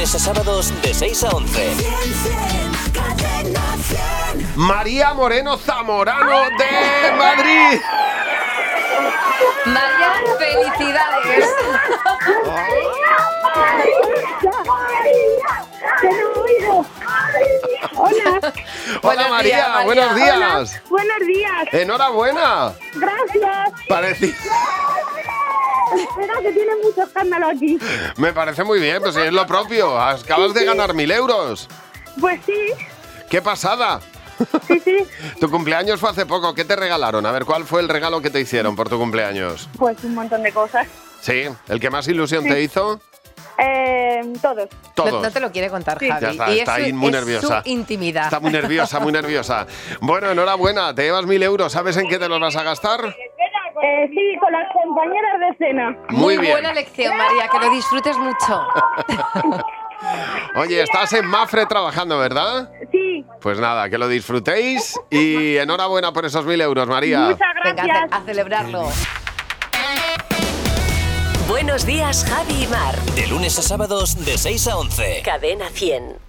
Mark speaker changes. Speaker 1: a sábados de 6 a 11.
Speaker 2: María Moreno Zamorano de Madrid.
Speaker 3: Vaya felicidades.
Speaker 4: Hola.
Speaker 2: Hola
Speaker 3: Buenos días,
Speaker 2: María,
Speaker 3: María.
Speaker 2: buenos días.
Speaker 4: Buenos días.
Speaker 2: Enhorabuena.
Speaker 4: Gracias.
Speaker 2: Pareci-
Speaker 4: Espera que tiene mucho escándalo aquí.
Speaker 2: Me parece muy bien, pues es lo propio. Acabas de ganar mil euros.
Speaker 4: Pues sí,
Speaker 2: ¡Qué pasada!
Speaker 4: sí, sí.
Speaker 2: Tu cumpleaños fue hace poco. ¿Qué te regalaron? A ver, ¿cuál fue el regalo que te hicieron por tu cumpleaños?
Speaker 4: Pues un montón de cosas.
Speaker 2: Sí, el que más ilusión te hizo.
Speaker 4: Eh, todos.
Speaker 2: Todos.
Speaker 3: No, no te lo quiere contar,
Speaker 4: Sí.
Speaker 3: Javi.
Speaker 2: Ya está,
Speaker 3: y
Speaker 2: está
Speaker 3: eso
Speaker 2: ahí muy
Speaker 3: es
Speaker 2: nerviosa.
Speaker 3: su intimidad.
Speaker 2: Está muy nerviosa, muy nerviosa. Bueno, enhorabuena, te llevas mil euros. ¿Sabes en qué te los vas a gastar?
Speaker 4: Eh, sí, con las compañeras de cena.
Speaker 3: muy
Speaker 2: bien.
Speaker 3: buena lección, María, que lo disfrutes mucho.
Speaker 2: Oye, estás en Mafre trabajando, ¿verdad?
Speaker 4: Sí,
Speaker 2: Pues nada, que lo disfrutéis y enhorabuena por esos mil euros, María.
Speaker 4: muchas gracias.
Speaker 3: Venga, a ce- a celebrarlo.
Speaker 5: Buenos días, Javi y Mar.
Speaker 1: De lunes a sábados de 6 a 11.
Speaker 5: Cadena 100.